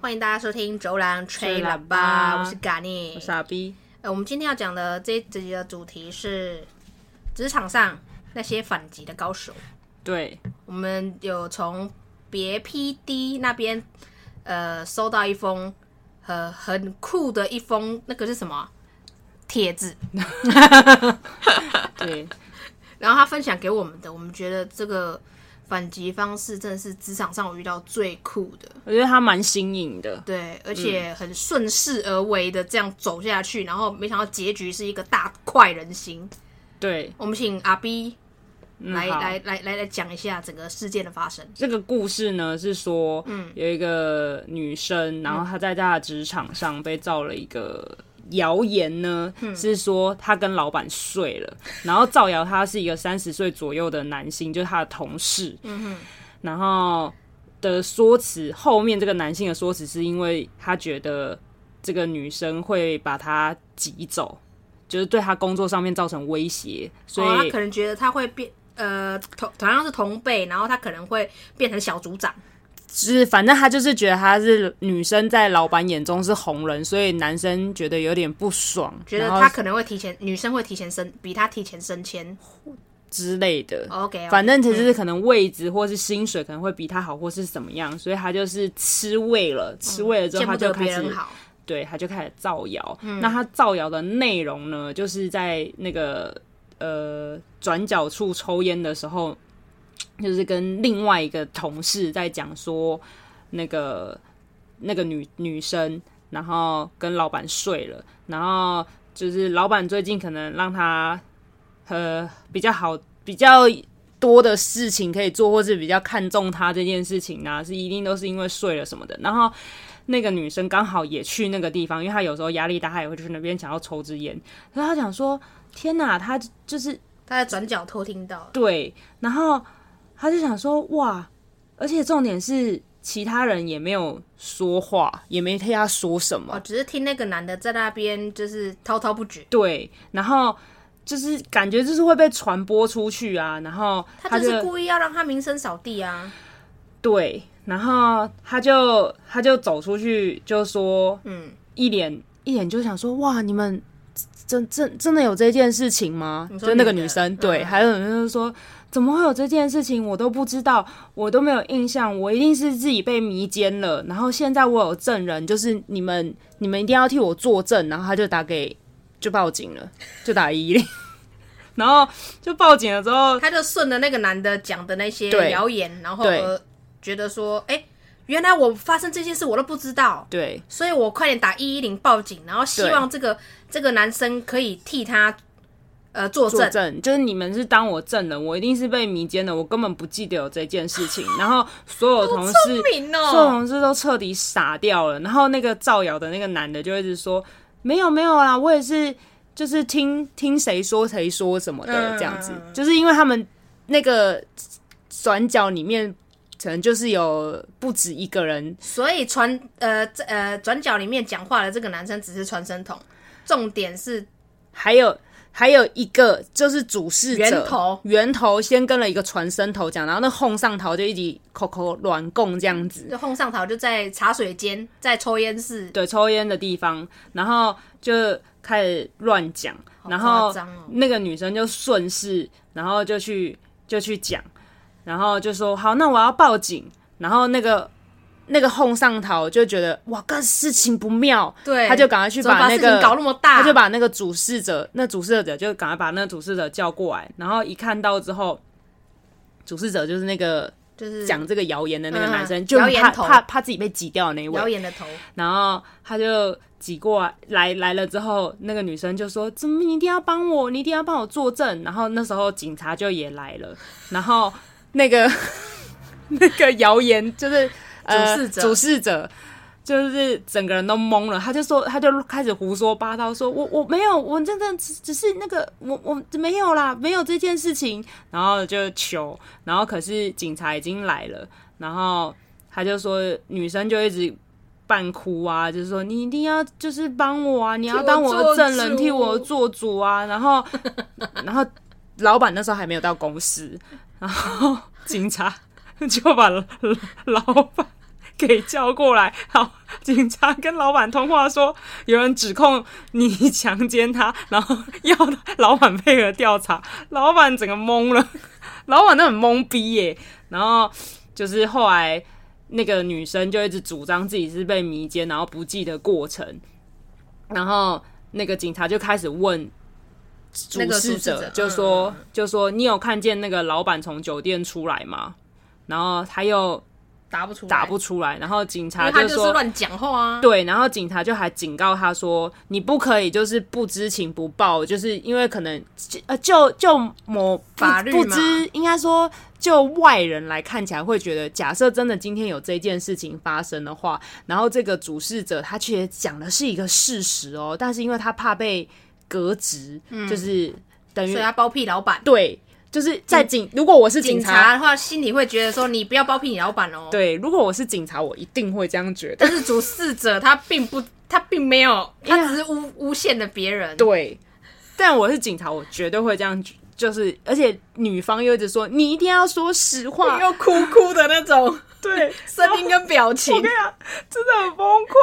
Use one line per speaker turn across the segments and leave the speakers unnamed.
欢迎大家收听《走廊吹
吹
喇
喇
叭》，
叭
我是嘎尼
我。傻逼，
呃，我们今天要讲的这一集的主题是职场上那些反击的高手。
对，
我们有从别 PD 那边呃收到一封呃很酷的一封，那个是什么啊帖子？
对，
然后他分享给我们的，我们觉得这个反击方式真的是职场上我遇到最酷的，
我觉得他蛮新颖的，
对，而且很顺势而为的这样走下去，然后没想到结局是一个大快人心。
对，
我们请阿 B
嗯，
来、
好
来来来来讲一下整个事件的发生。
这个故事呢是说，
嗯
有一个女生，然后她在她的职场上被造了一个谣言呢，
嗯
是说她跟老板睡了，然后造谣她是一个三十岁左右的男性，就是她的同事，嗯然后的说辞，后面这个男性的说辞是因为他觉得这个女生会把他挤走。就是对他工作上面造成威胁，所以、
哦，他可能觉得他会变。呃，同同样是同辈，然后他可能会变成小组长，
就是反正他就是觉得他是女生在老板眼中是红人，所以男生觉得有点不爽，
觉得
然后
他可能会提前，女生会提前升，比他提前升迁。
之类的。
OK，嗯
反正其实可能位置或是薪水可能会比他好，或是怎么样，所以他就是吃味了，吃味了之
嗯
后
见
他
不
就
得
开
别
始
人好。
对，他就开始造谣。那他造谣的内容呢，就是在那个呃转角处抽烟的时候，就是跟另外一个同事在讲说，那个那个女女生，然后跟老板睡了，然后就是老板最近可能让他呃比较好比较。多的事情可以做，或是比较看重他这件事情啊，是一定都是因为睡了什么的。然后那个女生刚好也去那个地方，因为她有时候压力大，她也会去那边想要抽支烟。然后她想说：“天哪，她就是
他在转角偷听到，
对。”然后她就想说：“哇！”而且重点是，其他人也没有说话，也没替她说什么
哦，。只是听那个男的在那边就是滔滔不绝，
对，然后就是感觉就是会被传播出去啊。然后
他
她
就是故意要让他名声扫地啊。
对，然后他就他就走出去，就说，
嗯
嗯，一脸一脸就想说，哇，你们真真真的有这件事情吗？
说
就那个
女的
女生，
嗯
对，还有人就说，怎么会有这件事情？我都不知道，我都没有印象，我一定是自己被迷奸了。然后现在我有证人，就是你们你们一定要替我作证。然后他就打给就报警了， 就打一零，然后就报警了之后，
他就顺着那个男的讲的那些
对
谣言，然后
对
呃觉得说，哎、原来我发生这件事我都不知道，
对
所以我快点打一一零报警，然后希
对
望这个这个男生可以替他呃作
作
证。
证，就是你们是当我证人，我一定是被迷奸的，我根本不记得有这件 事情。然后所有同事，
明哦
所有同事都彻底傻掉了。然后那个造谣的那个男的就一直说：“没有没有啦，我也是，就是听听谁说谁说什么的
嗯
这样子。就是因为他们那个转角里面，可能就是有不止一个人，
所以传呃这呃转角里面讲话的这个男生只是传声筒，重点是
还有。还有一个就是主事者
源头
源头先跟了一个传声头讲，然后那哄上头就一直口口软供这样子，
就哄上头就在茶水间，在抽烟室，
对，抽烟的地方，然后就开始乱讲，然
夸
后
张哦
那个女生就顺势，然后就去就去讲，然后就说好，那我要报警，然后那个。那个哄上头就觉得哇，干事情不妙，
对
他就赶快去
怎么
把
把
那
事情
个
搞那么大
他就把那个主事者，那主事者就赶快把那个主事者叫过来，然后一看到之后，主事者就是那个
就是
讲这个谣言的那个男生，
嗯
就
谣言
怕
头
怕怕自己被挤掉的那一位
谣，言的头，
然后他就挤过来，来来了之后，那个女生就说：“怎么你一定要帮我？你一定要帮我作证。”然后那时候警察就也来了，然后那个 那个谣言就是呃
主事者
主事者。就是整个人都懵了，他就说，他就开始胡说八道，说我我没有，我真的只只是那个我我没有啦，没有这件事情，然后就求，然后可是警察已经来了，然后他就说女生就一直半哭啊，就是说你一定要就是帮我啊，你要当我的证人
替
替
我
我做主啊。然后， 然后老板那时候还没有到公司，然后警察就把老老板给叫过来。好，警察跟老板通话说，有人指控你强奸他，然后要老板配合调查。老板整个懵了， 老板都很懵逼耶。然后就是后来那个女生就一直主张自己是被迷奸，然后不记得过程。然后那个警察就开始问主
那个主
事
事者嗯
者，就说、就说你有看见那个老板从酒店出来吗？然后他又
答不出来，
打不出来，然后警
因
察
为他就是
说
乱讲话啊。
对，然后警察就还警告他说：“你不可以就是不知情不报，就是因为可能呃，就就某不
法律
不
嘛
知，应该说就外人来看起来会觉得，假设真的今天有这件事情发生的话，然后这个主事者他却讲的是一个事实哦，但是因为他怕被革职，
嗯
就是等于
所以他包庇老板。
对，就是在警，如果我是
警
警察。”
察的话，心里会觉得说你不要包庇你老板哦。
对，如果我是警察，我一定会这样觉得。
但是主事者他并不，他并没有，
因为
他只是诬诬陷了别人。
啊对，但我是警察，我绝对会这样，就是而且女方又一直说你一定要说实 话，
又哭哭的那种
对，
声音跟表情
我，跟你讲，真的很崩溃。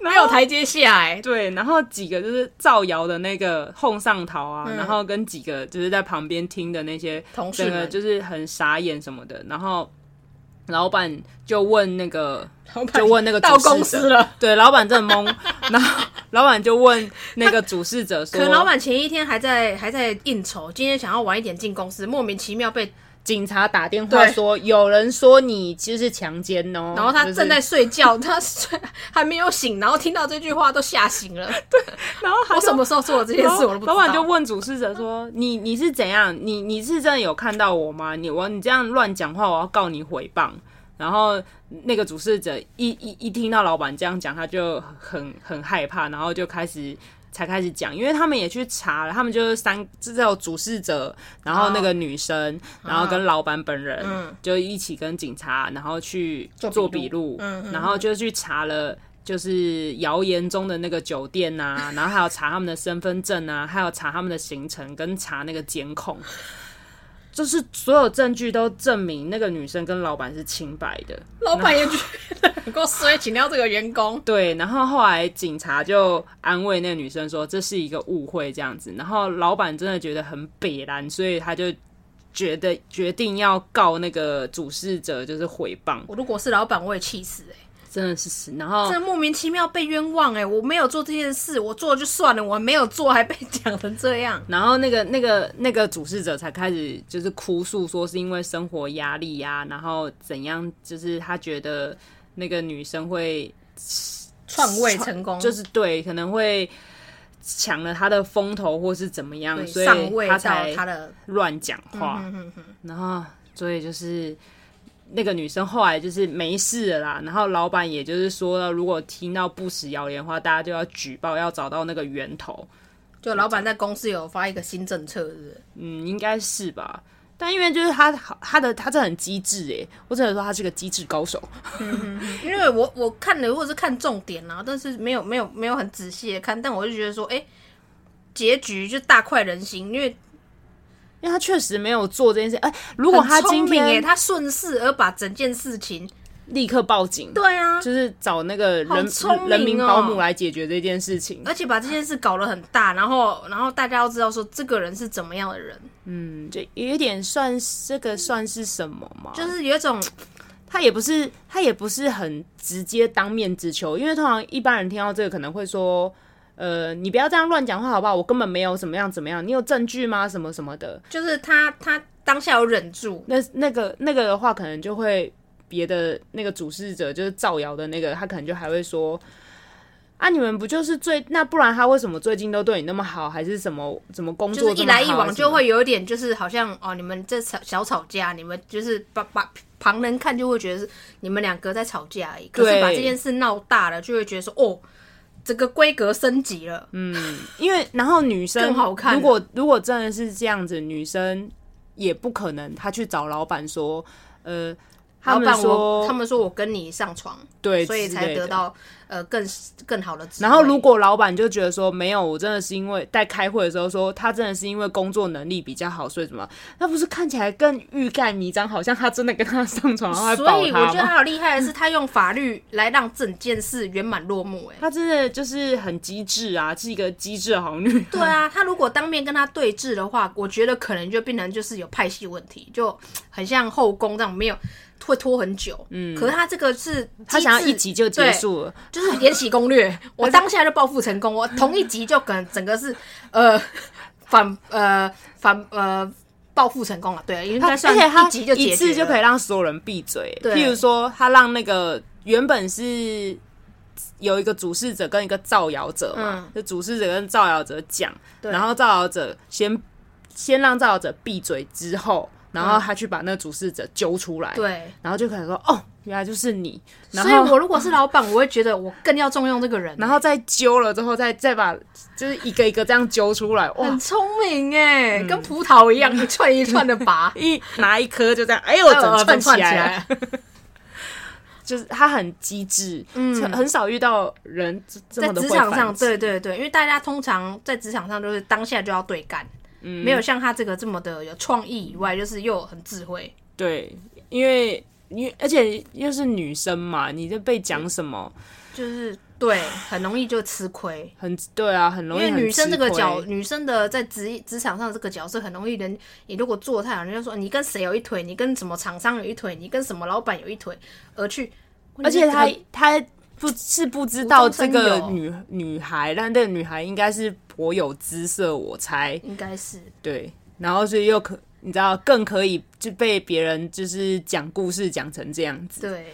然
没
后
有台阶下来。
对，然后几个就是造谣的那个哄上逃啊，然后跟几个就是在旁边听的那些
嗯同事
整个
们
就是很傻眼什么的，然后老板就问那个。
老板
就问那个主
到
事
公
者
司了，
对，老板真的懵， 然后老板就问那个主事者说，
可能老板前一天还在还在应酬，今天想要晚一点进公司，莫名其妙被，
警察打电话说，有人说你就是强奸哦，
然后他
就是
正在睡觉，他睡还没有醒，然后听到这句话都吓醒了。
然后他
我
就
什么时候做的这件
然后
事我都不知道。
老板就问主事者说：“你你是怎样？你你是真的有看到我吗？你我你这样乱讲话，我要告你诽谤。”然后那个主事者一一一听到老板这样讲，他就很很害怕，然后就开始才开始讲，因为他们也去查了，他们就是三知道主事者，然后那个女生，然后跟老板本人、就一起跟警察，然后去
做笔
嗯做
录
笔录，嗯然后就去查了。就是谣言中的那个酒店呐、 然后还有查他们的身份证啊，还有查他们的行程，跟查那个监控，就是所有证据都证明那个女生跟老板是清白的。
老板也觉得很够衰，请到这个员工。
对，然后后来警察就安慰那个女生说这是一个误会这样子，然后老板真的觉得很北然，所以他就觉得决定要告那个主事者就是诽谤，
我如果是老板，我也气死哎、
真的是死。然后
欸！这莫名其妙被冤枉哎、我没有做这件事，我做就算了，我没有做还被讲成这 样。
然后那个那个那个主事者才开始就是哭诉，说是因为生活压力呀、然后怎样，就是他觉得那个女生会
篡位成功
就是对，可能会抢了他的风头或是怎么样，所
上位
以
到
他才
他的
乱讲话。
嗯
然后所以就是那个女生后来就是没事了啦。然后老板也就是说了，如果听到不实谣言的话，大家就要举报，要找到那个源头。
就老板在公司有发一个新政策，是不是？
嗯，应该是吧。但因为就是他好，他的他真的很机智诶，我只能说他是个机智高手。
因为我我看了，或者是看重点啦、但是没有没有没有很仔细的看，但我就觉得说，哎、结局就大快人心，因为
因为他确实没有做这件事，哎、如果他
很聪
今
明哎、
天
他顺势而把整件事情，
立刻报警，
对啊，
就是找那个
好
人、
聪明哦
人民保姆来解决这件事情。
而且把这件事搞得很大，然后然后大家要知道说这个人是怎么样的人，
嗯，就有一点算是这个算是什么嘛？就
就是有一种
他也不是他也不是很直接当面直球，因为通常一般人听到这个可能会说。呃，你不要这样乱讲话好不好？我根本没有怎么样怎么样，你有证据吗？什么什么的，
就是他他当下有忍住，
那那个那个的话，可能就会别的那个主事者就是造谣的那个，他可能就还会说。啊！你们不就是最那不然他为什么最近都对你那么好，还是什么怎么工
就
作
是一
这么好
来
还
一
是
往
什
就
么
会有点就是好像哦，你们这吵小吵架，你们就是把把旁人看就会觉得是你们两个在吵架而已，可是
对
把这件事闹大了，就会觉得说哦，整个规格升级了，
嗯因为然后女生
更好看
如果如果真的是这样子，女生也不可能她去找老板说，呃，他
老
们
板我
说
他们说我跟你上床，
对，
所以
之
才
类
得
的
到呃更更好的职位。
然后如果老板就觉得说没有，我真的是因为在开会的时候说他真的是因为工作能力比较好，所以怎么，那不是看起来更欲盖弥彰，好像他真的跟他上床，然后还
所
抱
以我
他
觉得
吗？
他好厉害的是，他用法律来让整件事圆满落幕、 哎，
他真的就是很机智啊，是一个机智的好女人。
对啊，他如果当面跟他对峙的话，我觉得可能就变成就是有派系问题，就很像后宫这样没有会拖很久。嗯，可是他这个是
他想要一
集，
集就结束了，
就是《延禧攻 略》，我当下就报复成功，我同一集就可能整个是呃 反呃反呃报复成功了，对，应
他
该算
而且他
一集就
一
解决
次就可以
以。
让所有人闭嘴。欸
对
譬如说，他让那个原本是有一个主事者跟一个造谣者嘛，就主事者跟造谣者讲，
嗯对
然后造谣者先先让造谣者闭嘴之后，然后他去把那个主事者揪出来，，
嗯对，
然后就可能说哦，原来就是你，然
所以我
后。
如果是老板，我会觉得我更要重用这个人，
然后再揪了之后，再再把就是一个一个这样揪出来，哇，
很，聪明哎、跟葡萄一样一串一串的拔
一拿一颗就这样，哎呦，整
呃
串
串起
起来了。
来。
就是他很机智，嗯，很少遇到人这这
在
么的
职
会
场上，
反击
对对对，因为大家通常在职场上就是当下就要对干，
嗯
没有像他这个这么的有创意以外，就是又很智慧。
对，因为因为而且又是女生嘛，你就被讲什么
就是对，很容易就吃亏，
很对啊，很容
因
易
为女生这个角，
角，
女生的在职职场上这个角色很容易人，你如果做太好，人家就说你跟谁有一腿，你跟什么厂商有一腿，你跟什么老板有一腿，而去，
而且她
你
她不是不知道这
无中
个
生有
女女孩，但这个女孩应该是颇有姿色，我猜
这个应该是
对，然后所以又可你知道更可以就被别人就是讲故事讲成这样子，
对，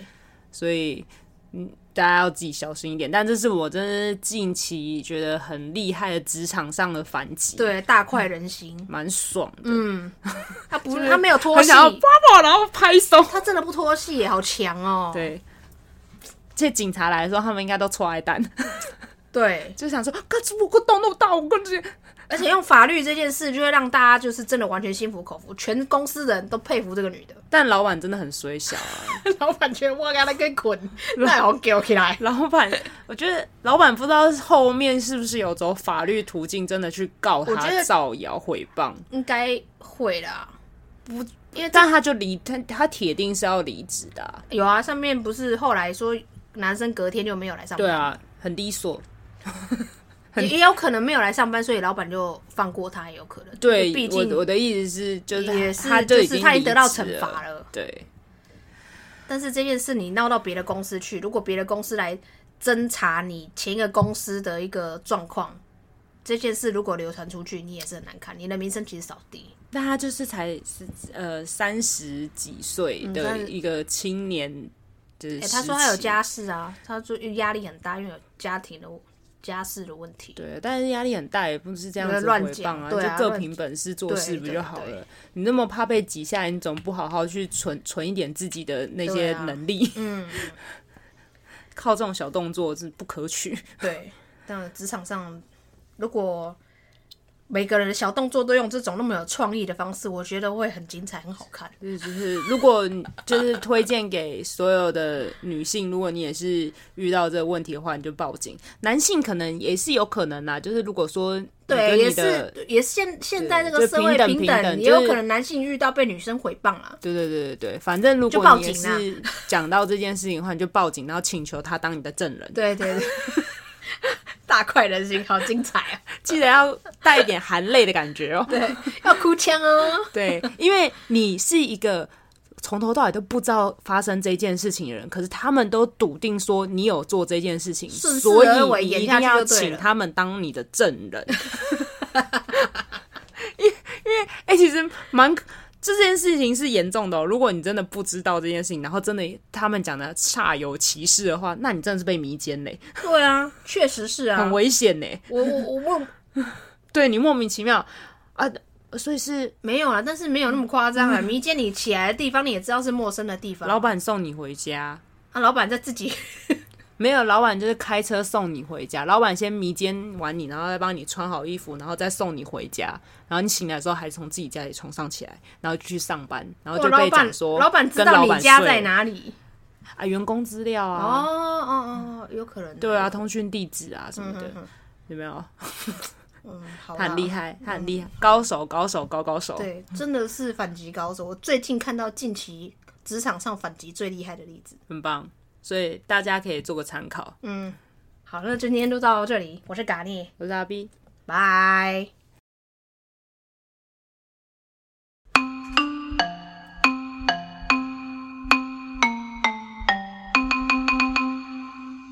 所以嗯，大家要自己小心一点。但这是我真的是近期觉得很厉害的职场上的反击，，
对，嗯大快人心。
蛮爽的。
他不，他没有拖
很
戏
想，要 bravo，然后拍手。
他真的不拖戏耶，好强哦。
对，这警察来的时候，他们应该都戳爱蛋，
对，
就想说，可是我动那么大，我感觉
而且用法律这件事，就会让大家就是真的完全心服口服，全公司人都佩服这个女的。
但老板真的很衰小啊，
老板觉得我给他给滚， 那好给我起来。
老板，我觉得老板不知道后面是不是有走法律途径，真的去告
我觉
他
得
造谣诽谤，
应该会啦，不，因为
但他就离他他铁定是要离职的啊、
有啊，上面不是后来说男生隔天就没有来上班，
对啊，很利索。
也也有可能没有来上班，所以老板就放过他，也有可能。
对
因为，毕
我我
竟
的意思是，就是他
也是
他就已
就是
经
他已经得到
离职
惩罚了。
对，
但是这件事你闹到别的公司去，如果别的公司来侦查你前一个公司的一个状况，这件事如果流传出去，你也是很难看，你的名声其实扫地。
那他就是才是呃三十几岁的
但是
一个青年，就是、
欸他说他有，家事啊，他说压力很大，因为有家庭的家事的问题。
对，但是压力很大，也不是这样
不
子
能乱
回
讲
谤啊，
对啊
就各
乱
凭本事做事
对
不
对
就好
对
了？你那么怕被挤下来，你总不好好去存存一点自己的那
对
些
啊
能力，
嗯，
靠这种小动作是不可取。
对。但职场上，如果每个人的小动作都用这种那么有创意的方式，我觉得会很精彩，很好看。
对，就是如果你就是推荐给所有的女性，如果你也是遇到这个问题的话，你就报警。男性可能也是有可能啦，就是如果说你
对，
跟
也
你的
是也是现现在这
对
个
就
社会
平等
平
平等
也有
就是
可能男性遇到被女生诽谤啊啦。
对对对对对，反正如
就报
果你也
警啊啦
是讲到这件事情的话，你就报警，然后请求他当你的证人，
对对对， 大快人心，好精彩 啊！
记得要带一点含泪的感觉哦。
对，要哭腔哦。
对，因为你是一个从头到尾都不知道发生这件事情的人，可是他们都笃定说你有做这件事情，
顺势
所以
而为
你
演
一定
下去
要
就对
请
了
他们当你的证人。因因为哎、其实蛮这件事情是严重的、哦。如果你真的不知道这件事情，然后真的他们讲的煞有其事的话，那你真的是被迷奸嘞，
对啊，确实是啊
很。危险嘞。
我我我我
对你莫名其妙啊，所以是
没有啦，啊但是没有那么夸 张啊。迷奸你起来的地方，你也知道是陌生的地方。
老板送你回家。
啊，老板在自己
没有，老板就是开车送你回家。老板先迷奸完你，然后再帮你穿好衣服，然后再送你回家。然后你醒来之后，还从自己家里床上起来，然后去上班，然后
哇
就
老
被
板
讲说，
老板知
跟
道
老
你
板
家
睡
在
了
哪里，
啊员工资料
哦
啊，
哦哦，哦有可能。
对啊，，通讯地址啊什么
嗯
的，
嗯
有没有？
嗯，好啦
他很厉。害，哦他很厉害，高手高手高高手。
嗯对，真的是反击高手。我最近看到近期职场上反击最厉害的例子。嗯
很棒，所以大家可以做个参考。
好，那今天就到这里，我是嘎尼，
我是阿 B，
拜。